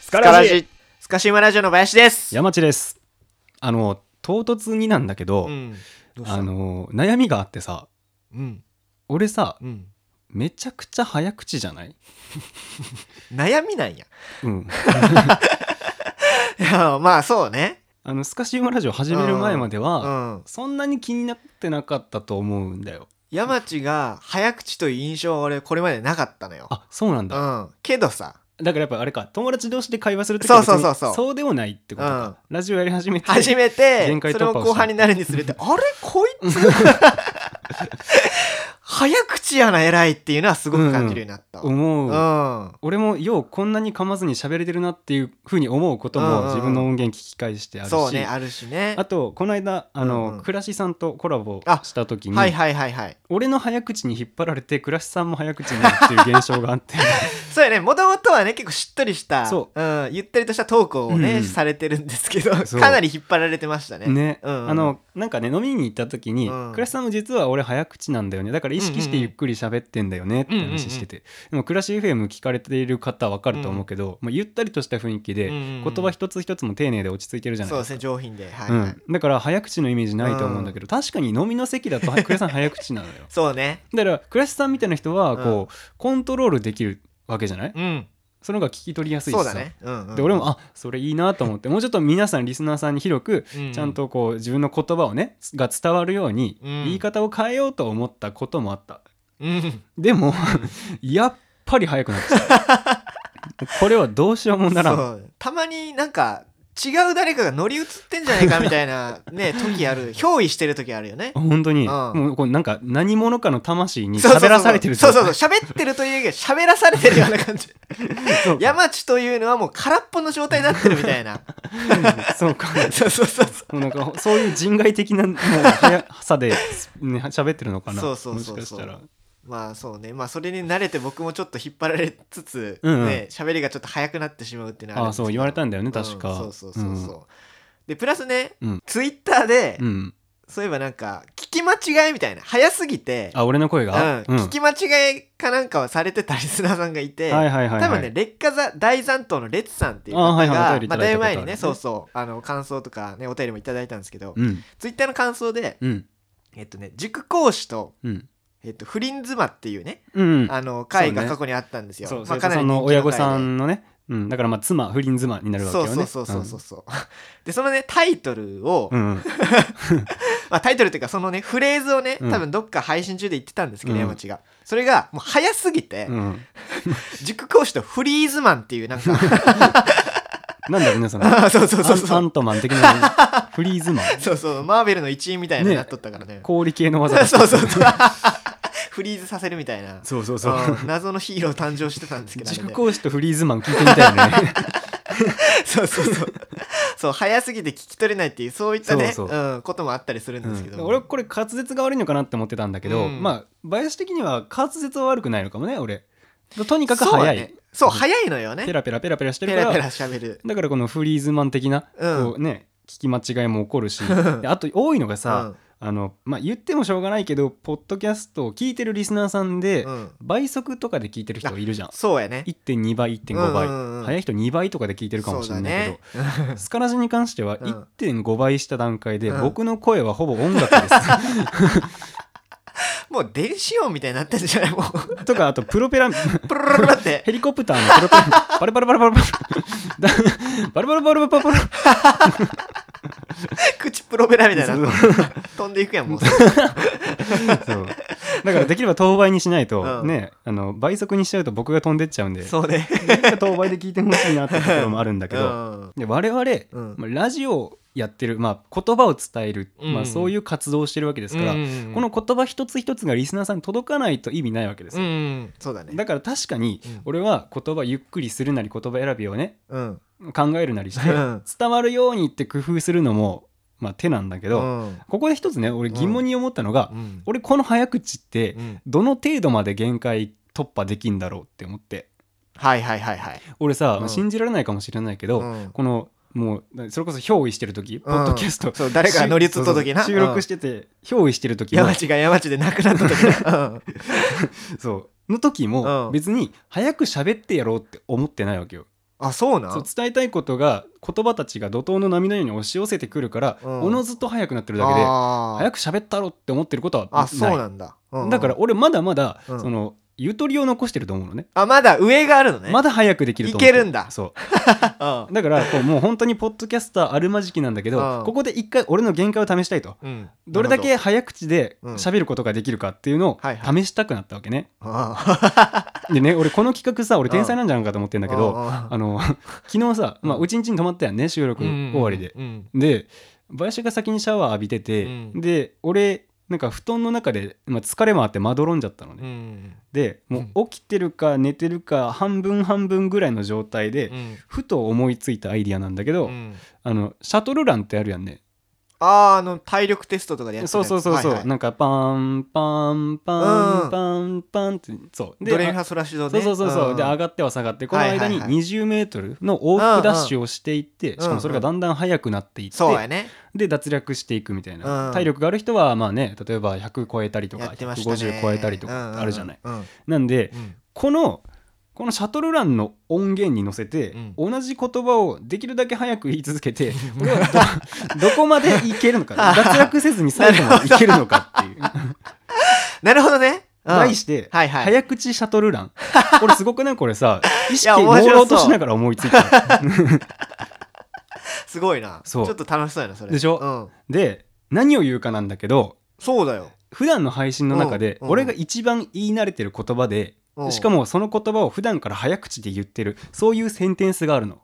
スカスカララジジスカシウマラジオの林です山地ですあの唐突になんだけど、うんどうしたあの悩みがあってさうん俺さうんめちゃくちゃ早口じ ゃない悩みなんや うんいやまあそうねあのスカシウマラジオ始める前までうは、んそんなに気になってなかったと思うんだよ山地が早口という印象は俺これまでなかったのよあそうなんうだ、んけどさだからやっぱあれか友達同士で会話するときそうそうそうそうそうでもないってことか、ラジオやり始めて初めて 限界そ突れ破ををした後半になるにつ れてあれこいつ早口やな偉いっていうのはすごく感じるようになったうん思う、うん俺もようこんなに噛まずに喋れてるなっていうふうに思うことうんうんも自分の音源聞き返してあるし、そうねあるしねあとこの間うあんうんの倉しさんとコラボした時に、はいはいはいはい俺の早口に引っ張られて倉しさんも早口になるっていう現象があってそうやねもともとはね結構しっとりしたそん、ゆったりとしたトークをね、うんされてるんですけど そうかなり引っ張られてましたねね、 うんうんあのなんかね飲みに行った時にうん倉しさんも実は俺早口なんだよねだから意識してゆっくり喋ってんだよねって話してて、でも倉し FM 聞かれている方は分かると思うけど、まあ、ゆったりとした雰囲気で、言言葉一つ一つも丁寧で落ち着いてるじゃないそうでですすかね上品ではい、うはいん、だから早口のイメージないと思うんだけど、確かに飲みの席だと倉さん早口なのよそうねだから倉石さんみたいな人はこう、コントロールできるわけじゃないうんその方が聞き取りやすいしそさうだね、うんうんで俺もあそれいいなと思ってもうちょっと皆さんリスナーさんに広くうんちゃんとこう自分の言葉をねが伝わるようにうん言い方を変えようと思ったこともあったうんでも やっぱり早くなっちゃう これはどうしようもならんそうたまになんか違う誰かが乗り移ってんじゃないかみたいな ね時ある憑依してる時あるよね本当に、うんもうこうなんか何者かの魂にそうそうそう喋らされてるそうそう状そう喋ってるというよりは喋らされてるような感 じ態そうか山地というのはもう空っぽの状態になってるみたい なそうかそうそうそうそうもうなんかそういう人外的なもう速さで、ね、喋ってるのかなそうそうそうそうもしかしたらまあそうねまあそれに慣れて僕もちょっと引っ張られつつ、うんうんね喋りがちょっと早くなってしまうっていうのはああそう言われたんんだよでねすけど確か、うんそうそうそうそう、でプラスね、うんツイッターで、うん、うんそういえばなんか聞き間違いみたいな早すぎて、あ俺の声うが、ん聞き間違いかなんかはされてたリスナーさんがいて、はいはいはい、はい、多分ね劣化座大残党のレッツさんっていうあ方はいはいがお便りいまあだただいいぶたこと前あるにねそうそうあの感想とかねお便りもいただいたんですけど、うんツイッターの感想でうんえっとね塾講師と、うんえっと、フリンズマっていうねうんあの会そうがね過去にあったんですよ。そう、ままあ、あ、かなりその人気親御回でさんのね、うん、だからまあ妻不倫妻になるわけそようねそうそうそうそうそう。でそのねタイトルを、うん、うんまあ、タイトルっていうかそのねフレーズをねうん多分どっか配信中で言ってたんですけど、うん山地がそれがもう早すぎて、うんうん、塾講師とフリーズマンっていうなんか なんだ皆さんあ ーそうそうそうそアンアうントマン 的なフリーズマンそうそうマーベルの一員みたいになっとったからね氷系の技 だそうそう そうフリーズさせるみたいなそうそうそううん謎のヒーロー誕生してたんですけどあれね塾講師とフリーズマン聞いてみたいよねそうそうそう。そう、早すぎて聞き取れないっていう、そういったね、そううん、こともあったりするんですけど。俺これ滑舌が悪いのかなって思ってたんだけど、うんまあ林的には滑舌は悪くないのかもね俺とにかくそう早だい、ね。そう、早いのよペね。ラペラペラペラしてペるからラペラ喋る。だからこのフリーズマン的な、うんこうね聞き間違いも起こるしであと多いのがさ、あのまあ、言ってもしょうがないけどポッドキャストを聞いてるリスナーさんうで、ん、うん。倍速とかで聞いてる人いるじゃんそうやね。 1.2倍1.5倍、うんうんうん早い人2倍とかで聞いてるかもしれないけど、そうだねスカラジに関してはうん1.5倍した段階でうん僕の声はほぼ音楽です。もう電子音みたいになってるじゃないもう。とかあとプロペラヘプルルルルって。リコプターのプロペラバルバルバルバルバルバルバルバルバルバルバル口プロペラみたいなそう。飛んでいくやん、もう。そうだからできれば当倍にしないと、うんねあの倍速にしちゃうと僕が飛んでっちゃうんでそうね。当倍で聞いてほしいなってところもあるんだけうど、ん。で我々、うんまあラジオをやってる、まあ、言葉を伝える、うんまあ、そういう活動をしてるわけですから、うんこの、言葉一つ一つがリスナーさんに届かないと意味ないわけですうよ、ん。そうだね。だから確かにうん俺は言葉ゆっくりするなり言葉選びをねうん。考えるなりしてうん伝わるようにって工夫するのも、まあ、手なんだけど、うんここで一つね俺疑問に思ったのが、うん俺この早口ってうんどの程度まで限界突破できんだろうって思ってはいはいはいはい。俺さ、うん信じられないかもしれないけど、うんこのもうそれこそ憑依してる時ポッドキャスト、うんそう誰かが乗り移った時な収収録してて、憑依してる時も山地が山地で亡くなった時だ。うんそうの時うもん別に早く喋ってやろうって思ってないわけよあそうなそうん伝えたいことが言葉たちが怒涛の波のように押し寄せてくるから、うんおのずと早くなってるだけであー早く喋ったろって思ってることはあそうななんだ、うんうんいだから俺まだまだ、うんそのゆとりを残してると思うのねあまだ上があるのねまだ、だ早くできると思ういけるんだそうん うだからこうもう本当にポッドキャスターあるまじきなんだけうどんここで一回俺の限界を試したいとうんどれだなける早口でうん喋ることができるかっていうのをはいは試したくなったわけね、ほどあでね俺この企画さ俺天才なんじゃないかと思ってんーだけ どうんうんあの 昨日さ、まあ、うちんちに泊まったやんね収録うん終わりで、うんで林が先にシャワー浴びてて、うんで俺なんか布団の中で、まあ、疲れもあってまどろんじゃったのね、うんでもう起きてるか寝てるか半分半分ぐらいの状態で、うんふと思いついたアイディアなんだけど、うんあのシャトルランってあるやんねあーあの体力テストとかでやってたそうやつそうそうそう、はいはいなんかパンパンパンパンパンってそうドレミあファソラシドそねうそうそうそう、で上ががっては下がってこのはい間はいにはい20メートルの往復ダッシュをしていって、んしかもそれがだんだん速くなっていって、そうやねで脱落していくみたいな、うん体力がある人はまあね例えば100超えたりとかやってましたね150超えたりとかってあるじゃない、うんうんうんなんでうんこのこのシャトルランの音源に乗せて、同じ言葉をできるだけ早く言い続けて俺は どどこまでいけるのか脱落せずに最後までいけるのかっ ていうなるほどねうん題して、はいはい早口シャトルランこれすごくないこれ さ意識や面白朦そう朧としながら思いついたすごいなそうちょっと楽しそうやなそれでしょうんで何を言うかなんだけどそうだよ普段の配信の中でうんうん俺が一番言い慣れてる言葉でしかももその言葉を普段から早口で言ってるそういうセンテンスがあるの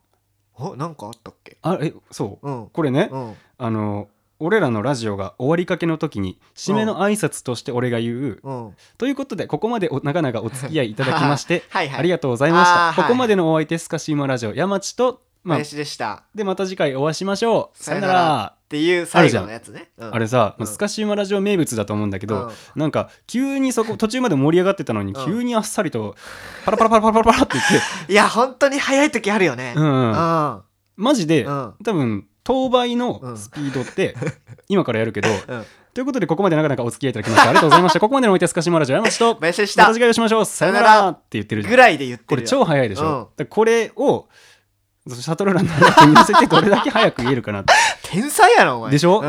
おなんかあったっけあえそううんこれねうんあの俺らのラジオが終わりかけの時に締めの挨拶として俺が言ううんということでここまでお長々お付き合いいただきまして はいはいありがとうございましあーたはいここまでのお相手スカシウマラジオ山地とまあ林でしたでまた次回お会いしましょうさよなさよならっていう最後のやつねうんあれさうんスカシウマラジオ名物だと思うんだけうどんなんか急 にそこ途中まで盛り上がってたのにうん急にあっさりとパラパラパラパラパラって言っ ていや本当に早い時あるよねうんううんんマジでうん多分当倍のスピードって今からや るけどうんということでここまでなかなかお付き合いいただきましてありがとうございましたここまでのおいてスカシマラジオ山内とま林でしたた次回お会いしましょうさよなさよなららって言ってるじゃんぐらいで言ってこるれよ超早いでしうんょ、だからこれをそのシャトルランの中に乗せてどれだけ早く言えるかなって天才やなお前でしょょ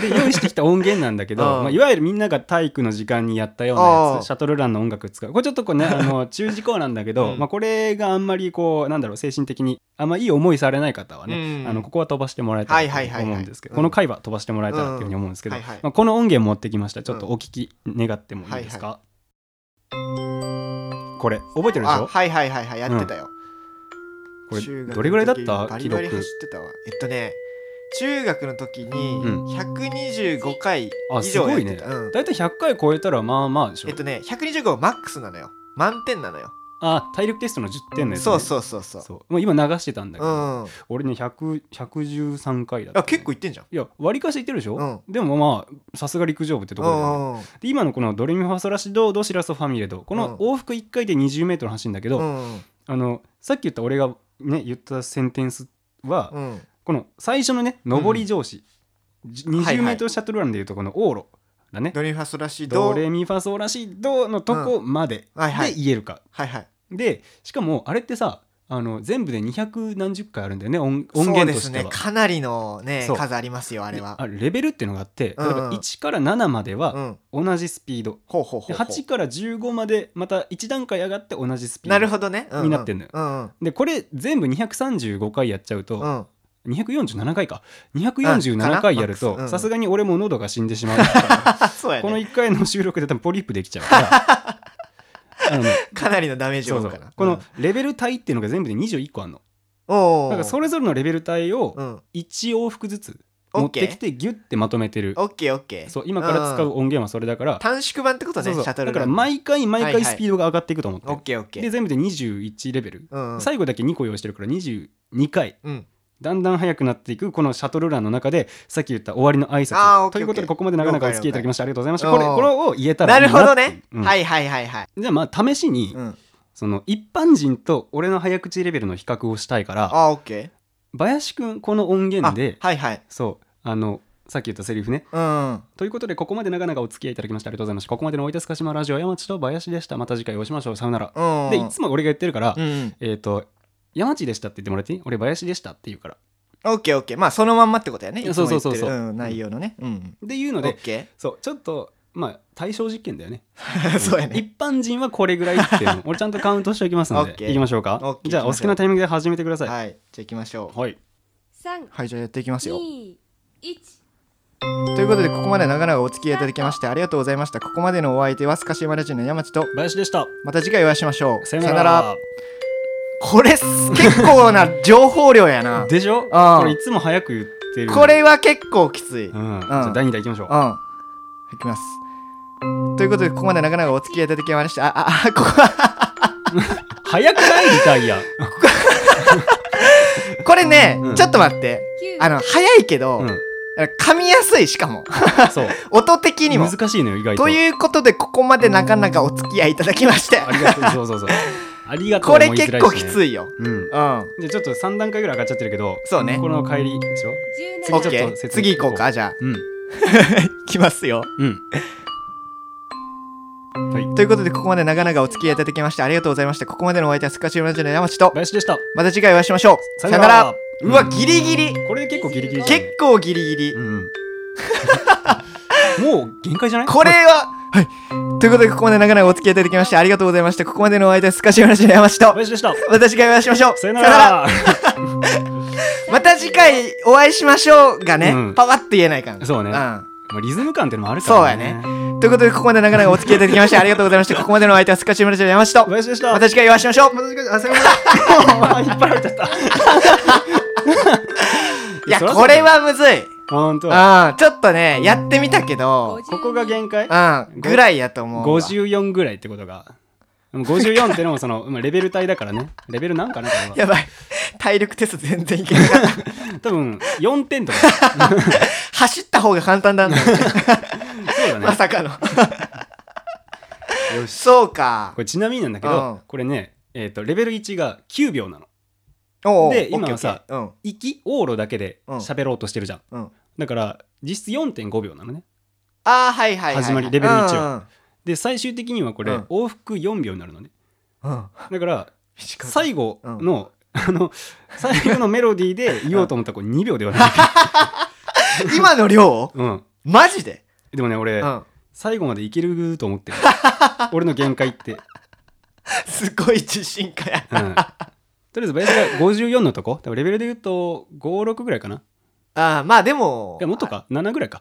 で用意してきた音源なん だけど、うんまあ、いわゆるみんなが体育の時間にやったようなうやんつシャトルランの音楽使うこれちょっとこう ねあの中時効なんだけど、うんまあ、これがあんまりこうなんだろう精神的にあんまいい思いされない方はね、うんあのここは飛ばしてもらえたらはいはいはいはとい思うんですけど、うんこの回は飛ばしてもらえたらっていうふうに思うんですけど、うんはいはいまあ、この音源持ってきましたちょっとお聞き願ってもいいですか、これ覚えてるでしあょはいはいはいはいやってたよこれ中学の時どれぐらいだったバリバリ記録走ってたわえっとね中学の時にうん125回あ以す上ごやっいてねた、うん大体100回超えたらまあまあでしょ、えっとね125マックスなのよ満点なのよあ体力テストの10点のやつね、そうそうそうそうそうもう今流してたんだけうど、ん俺ね100 113回だった、あ結構いってんじゃんいや割りかしいってるでしょ、うでもまあさすが陸上部ってところだよね、うんで今のこの「ドレミファソラシドドシラソファミレド」この往復1回で 20m 走るんだけど、うんあのさっき言った俺がね言ったセンテンスは、うんこの最初のね上り上司、じはいはい 20m シャトルランでいうとこの往路だね、ドリファスらしいドドレミファソラシドのとこまではいはでい言えるか、はいはいでしかもあれってさあの全部で200何十回あるんだよね音音そう源でとしすてねは。かなりのねそう数ありますよあれはでレベルっていうのがあって例えうんばうん1から7までうはん同じスピード、ほうほうほでうほう8から15までまた1段階上がって同じスピードなるほどねになってんのよよでこれ全部235回やっちゃううと、ん247回かうんかな247回やるマックスうとんさすがに俺も喉が死んでしまうからあ そうやこのね1回の収録で多分ポリープできちゃうから あのねかなりのダメージそをう負そかうらうこのレベル帯っていうのが全部で21個あるの。おおなんかそれぞれのレベル帯をうん1往復ずつオ持ッっケてーきてギュッてまとめてるオッケーオッケーそう今から使うん音源はそれだから短縮版ってことそねうシそうャトだルかラらン毎回毎はいは回いスピードが上がっていくと思ってオッケーオッケでー全部で21レベルうんうん最後だけ2個用意してるから22回うんだんだん速くなっていくこのシャトルランの中でさっき言った終わりの挨あーオ拶ッケーというオッことケでーここまで長々お付き合いいただきましてありがとうございました了こ解れこれを言えたらないるいほどってねいううんはいはいはいはいじゃあまあ試しにうんその一般人と俺の早口レベルの比較をしたいからあオッケ林くんこの音ーあ源ではいはいそうあのさっき言ったセリフねうんということでここまで長々お付き合いいただきましてありがとうございましたここまでのおいたすかしまラジオ山地と林でしたまた次回お会いしましょうさよならうんでいつも俺が言ってるからうんえっと山地でしたって言ってもらっていい俺林でしたって言うからオッケーオッケーまあそのまんまってことやねいつも言ってるそうそうそうそうん内容のねうんっていうオのでッケそうちょっとまあ対象実験だよねー そうやね一般人はこれぐらいって いうの俺ちゃんとカウントしておきますのでオッケーいきましょうオッかケーじゃあお好きなタイミングで始めてくださいはいじゃあ行きましょうはい三、はいじゃあやっていきますよ二、一。ということでここまで長々お付き合いいただきましてありがとうございましたここまでのお相手はスカシマラジンの山地と林でしたまた次回お会いしましょうさよならこれす結構な情報量やな でしょああこれいつも早く言ってるこれは結構きついうんじゃあ第2弾いきましょううん。いきます。ということで、ここまで長々お付き合いいただきまして、あ、あ、あ、ここは、早くないリ タイアこれね、うんちょっと待って。九。あの、早いけど、うん噛みやすい、しか も。 そう音的にも。難しいのよ意外とということで、ここまで長々お付き合いいただきましてあ、りがとうそうそうそう ありがとうこれ思いづ結らいしね構きついよ。うんうん。でちょっと3段階ぐらい上がっちゃってるけどそうね。この帰りでしょ十次オちょッっとケ説明ー。してい次行こうこうか、じゃあ。 うんいきますよ。うんはいということで、ここまで長々お付き合いいただきまして、ありがとうございました。ここまでのお相手はスカチューマジの山地と、林でしたまた次回お会いしましょう。さよなら。うわ、ギリギリ。これ結構ギリギリじゃない結構ギリギリ。うん、 もう限界じゃないこれは、はい。ということで、ここまで長々お付き合いいただきまして、ありがとうございました。ここまでのお相手は、スカシオラジの山下と、林でしたまた次回お会いしましょう。さよならまた次回お会いしましょうがね、うんパワって言えないから。そうねんまあリズム感ってのもあるからねそうやねということで、ここまで長々お付き合いいただきまして、ありがとうございました。ここまでのお相手は、スカシオラジの山下と、林でしたまた次回お会いしましょう。 あ引っ張られちゃったいや、そらこれはむずい。ほんとうん、ちょっとね、やってみたけど、ここが限界うん、ぐらいやと思うわ。 54ぐらいってことがでも54ってのもそのまあレベル帯だからねレベルなんかなこれやはばい。体力テスト全然い けなかった。多分4点とか走った方が簡単だんだ。そうだねまさかの。よしそうかこ。れちなみになんだけうんどこれねえっとレベル1が9秒なのおうおうでオッ今ケーはさオッケーうん息往路だけでうん喋ろうとしてるじゃん、うんだから実質4.5秒なのねあーはいはいはいはい始まりレベル一はは、で最終的にはこれ、うん往復4秒になるのねうんうん、だから短い最後の、あの 最後のメロディーで言おうと思ったらこれ2秒で終わ る、今の量うん、マジで、でもね俺、うん、最後までいけると思 ってる俺の限界って、すごい自信家やうんとりあえず林が54のとこ多分レベルで言うと56ぐらいかなあーまあでもいやもっとか7ぐらいか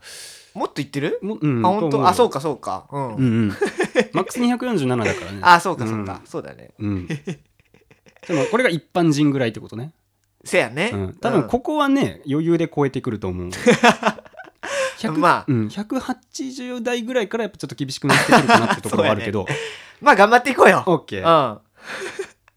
もっといってる、もうんあ本当あそうかかそうかうん、うん うんマックス247だからねあそうかそうか、そうだね うん、うんでもこれが一般人ぐらいってことねせやね、うん、多分ここはね、余裕で超えてくると 思う100まあうん、180代ぐらいからやっぱちょっと厳しくなってくるかなってところはある けど、うんまあ頑張っていこうよ、うん、オッ OK、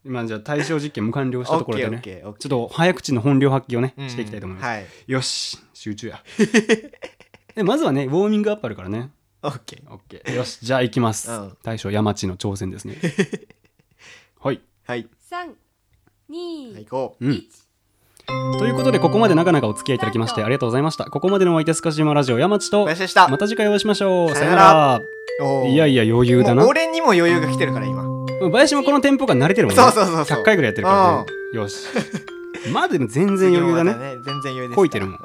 今じゃあ対象実験も完了したところケでーオッねケーオッケちょっと早口の本領発揮をね、ーしていきたいと思います、うんはいよし集中や でまずはねウォーミングアップあるからねオッケー OK よしじゃあ行きます、うん大将山地の挑戦 ですねはいはい三、二、はい行こうん一。ということでここまで長々お付き合いいただきましてありがとうございましたここまでのお相手スカシウマラジオ山地うと林でした、また次回お会いしましょう。ささよよなならら。おーいやいや、余裕だもうな。俺にも余裕が来てるから今林もこのテンポが慣れてるもんね。そうそうそうそう100回ぐらいやってるからね。よし。まあでも全然余裕だ 次もまたね。ね全然余裕ですからこいてるもん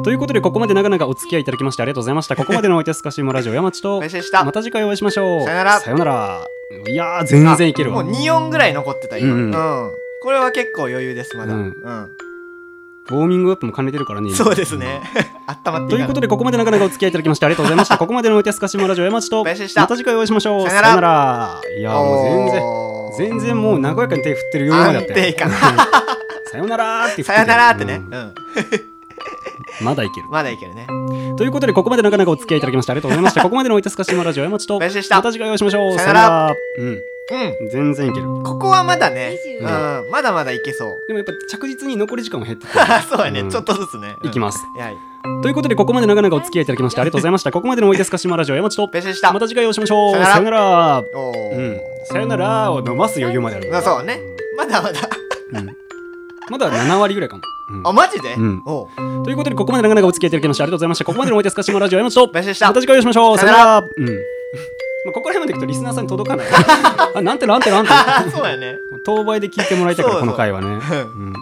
うということで、ここまで長々お付き合いいただきましてありがとうございました。ここまでのお相手はスカシウマラジオ山地んと、林でしたまた次回お会いしましょう。さよならさよなら。いやー、全然いけるあわ。ウもう2音ぐらい残ってた今、ううんんこれは結構余裕ですまだ、ううんんォーミングアップも兼ねてるからね。今そうですね あったまってといいいうかこなとで、ここまで長々お付き合いいただきましてありがとうございました。ここまでのお相手はスカシウマラジオ山地と、ま林でしたた次回お会いしましょう。さよならら。いやー、もう全然。おー全然もう名古屋に手振ってるようまであったよ安定感 さよならーって振ってさよならってね、ううんんまだいけるまだいけるねということでここまでなかなかお付き合いいただきましてありがとうござ いましたここまでのおいたすかしのラジオ山ちと林でしたまた次回お会いしましょうさよならよならうんうん全然いけるここはまだね、 20うん、まだまだいけそう でもやっぱ着実に残り時間も減ってくそうやね、んちょっとずつね、いきまますすはいということでここまでなかなかお付き合いいただきましてありがとうございましたここまでのおいたすかしのラジオ山ちとペシでしたまた次回お会いしましょうさよならさよならおーうんさよならを飲ます余裕まであるまあそうねまだまだうんまだ7割ぐらいかもうんあマジで、うんおうということで、ここまで長々お付き合いいただきましてありがとうございました。ここまでのお相手すかしもラジオ山内と、ま林でしたた次回お会いしましょう。ささよなよならら。うんまあ、ここら辺までいくとリスナーさんに届 かないあなんてなんてなんてあそうやね。当倍で聞いてもらいたいからそうそうこの回はね、うん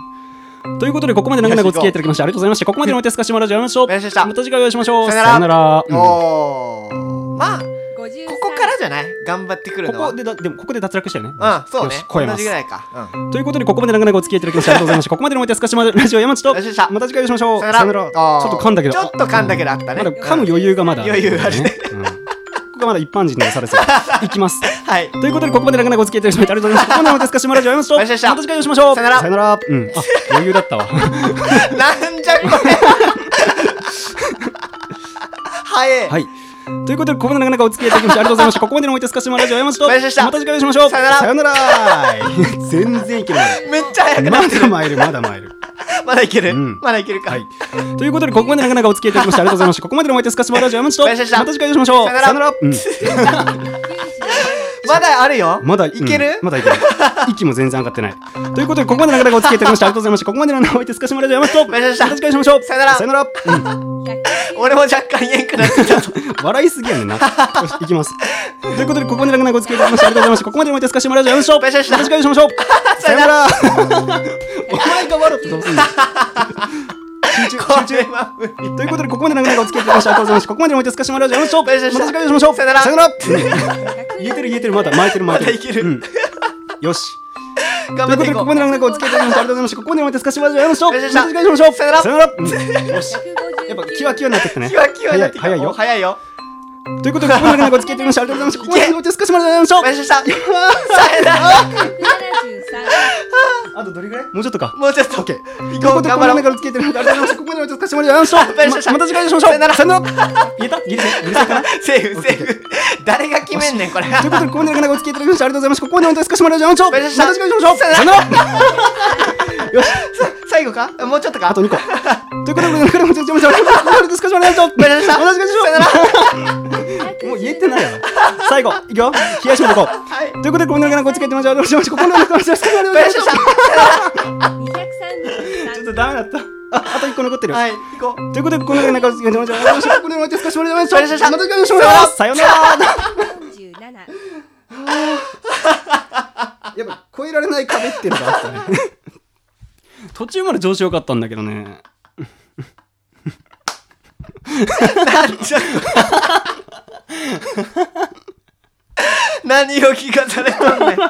ということでここまで長々お付き合いいただきましてありがとうございましたここまでのお手すかしまラジオやめましょうやりましたまた次回お会いしましょうさよならうんおー。まあ、五十。ここからじゃない頑張ってくるこのは。こでだでもここで脱落したよねうん、そうねよし。超えま同すじぐらいか。うん。ということでここまで長々お付き合いいただきましてありがとうございましたここまでのお手すかしまラジオ山内とよしよっしゃまた次回お会いしましょうさよなら。あちょーっと噛んだけどちょっと噛んだけどあったね。まだ噛む余裕がまだ余裕があるねうんここがまだ一般人のされそういきますはい。ということで、ここまで長々お付き合いいただきましてありがとうございました。ここまでのお手すかしまラジオやめましょう。お疲れ様でしたまた次回お会いしましょう。さよならさよなら。うん。あ、余裕だったわ。なんじゃこれ。早い。はい。ということで、ここまで長々お付き合いいただきましてありがとうございました。ここまでのお相手すかしまラジオやめましょう。お疲れ様でしたまた次回お会いしましょう。さよならさよなら。全然いけない。めっちゃ早くなまってだる。参る、まだ参る。まだいける。うんまだいけるか。はい。ということで、ここまで長々お付き合いいただきましてありがとうございました。ここまでのお相手すかしまラジオやめましょう。お疲れ様でしたまた次回お会いしましょう。さよならら。うんまだあるよ。まだいけうんるまだ いける。息も全然上がってない。ということで、ここまで長々お付き合いいただきましてありがとうございました。ここまでのお相手すかしまラジオやめましょう。お疲れ様でしたまた次回お会いしましょう。さよならさよなら。うん俺も若干言えんくなってきた。笑いすぎやねんな。よしいきます。ということで、ここまで長々お付き合いいただきましてありがとうございました。ここまでのお相手すかしまラジオやめましょう。お疲れ様でしたまた次回お会いしましょう。さよなら。 お前が笑ってどうすんの集中こ集れ中は無理。ということでここまで長々お付き合いいただきましてありがとうございましたここまでのお手すかしまラジオやめましょうまよしたよし次回お会いしましょうさよならさよなら言えてる言えてるまだ巻いてる巻まいてるだいけるうんよし頑とい張ってうこといでこうここ。まで長々お付き合いいただきましてありがとうございましたここまでのお手すかしまラジオやめましょうまよたしよし次回お会いしましょうさよなららうんよしやっぱキワキワになってきたねキワキワになってきた。早い早いおよ早いよ。ということでここまで長々お付き合いいただきましてありがとうございましたここまでのお手すかしまラジオやめましょお疲れ様でうした。さよなら。あとどれぐらいもうちょっとかもうちょっと。オッケー行というここう、とで頑ここ張までろう。長々お付き合いいただきましてありがとうりましたございましたここまでのお手すかしまラジオやめましょうままた次回お会いしましょうさよならさよなら言えた言えてる許せたかなセーフ、セーフ。誰が決めんねん、これ。ということで、ここまで長々お付き合いいただきましてありがとうございました。ここまでのお手すかしまラジオの長、まありたがとうございました次回お会いしましょう。さよなら最後かもうちょっとかあと2個。ということで、これからもちょっとお待ちしております。ここまでのお手すかしまラジオ、あまりがとうございましたた次回お会いしましょう。もう言えてないやろ。最後、いくよ。冷やしもいこう。はい。ということで、ここまで長々お付き合いいただきましてありがとうございました。ここまでのお手すかしまラジオ、おま疲たれ様で次回お二百三十三。した。会いしましょうちょっとダメだった。あ、あと1個残ってる。はい、行こう。ということで、ここまで長々お付き合いいただきましてありがとうございました。ここまでのお手すかしまラジおオの長、疲れ様でしたまた次回お会いしま四十七。しょう。さよなら。やっぱ超えられない壁っていうのがあったね途中まで調子良かったんだけどねなんちゃ何を聞かされたんだよ。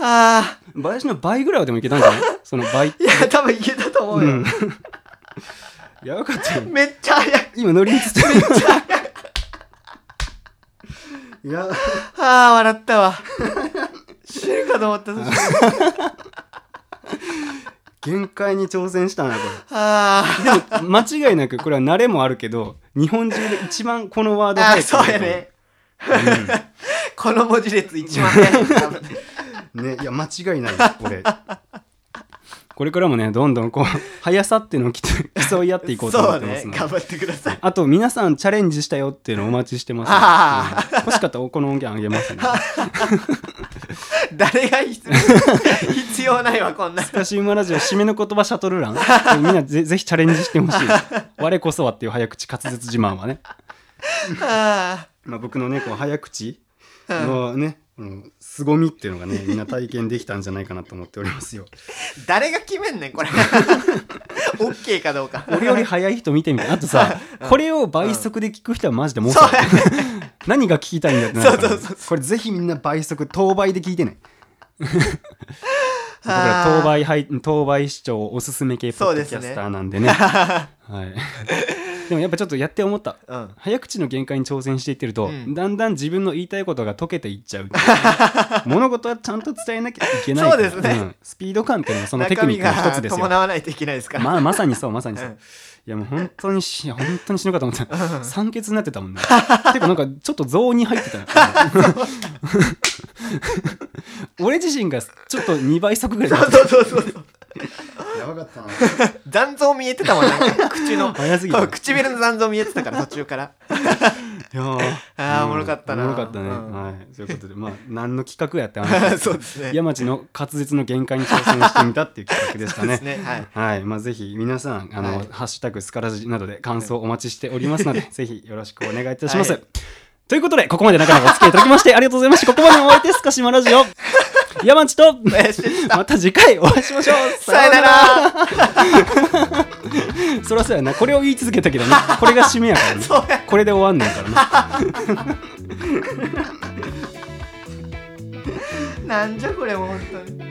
ああ、林の倍ぐらいはでもいけたんじゃ ないその倍いや、多分いけたと思ううよ。んやばかったよめっちゃ早い。今乗り移っていやああ、笑ったわ。死ぬかと 思った。そしたら限界に挑戦したなこあれでも間違いなくこれは慣れもあるけど日本中で一番このワーあ、ドああ、早くそうやね。 この文字列一番早 い。多分ねいや間違いない俺これからもねどんどんこう速さっていうのをきて競い合っていこうと思ってますそうのねで、頑張ってくださいあと皆さんチャレンジしたよっていうのをお待ちしてます、あうん欲しかったらこの音源あげますね誰が必 要必要ないわこんなスカシウマラジオ締めの言葉シャトルラン これみんなぜぜひチャレンジしてほしい我こそはっていう早口滑舌自慢はね、あまあ、僕のねこう早口のね、この凄みっていうのがねみんな体験できたんじゃないかなと思っておりますよー誰が決めんねん これオッケーかどうか俺より早い人見てみたいあと さ、これを倍速で聞く人はマジでもうそうやね 何が聞きたいんだってなるからそうそうそうこれぜひみんな倍速当倍で聞いてね僕あらー当倍配当倍視聴おすすめ系ポッドキャスターな んでねはい、でもやっぱちょっとやって思ったうん早口の限界に挑戦していってると、うんだんだん自分の言いたいことが解けていっちゃ う物事はちゃんと伝えなきゃいけないからそうですねんスピード感っていうのもそのテ中クニ身ックのが一つですよ伴わないといけないですからまあまさにそうまさにそう、うんいやもう本当にしいや本当に死ぬかと思った酸欠になってたも んねてかなんかちょっと雑に入ってたな俺自身がちょっと2倍速ぐらいそうそうそうそうやばかったな残像見えてたもんなんか口の早すぎたそう唇の残像見えてたから途中からいやーあーうんおもろかったなおもろかったね、うんはいそういうことでまあ何の企画やって話です そうですね山地の滑舌の限界に挑戦してみたっていう企画でしたねそうですねはいまあぜひ皆さんあの、はい ハッシュタグスカラジなどで感想お待ちしておりますので、ぜひよろしくお願いいたします、はいということで、ここまで長々お付き合いいただきまして、ありがとうございました。ここまでのお相手、スカシマラジ オ、山地と、林でしたまた次回お会いしましょう。さよならそりゃそうやな。これを言い続けたけどな。これが締めやからね。 そうやこれで終わんねんからな。なんじゃこれもう本当に。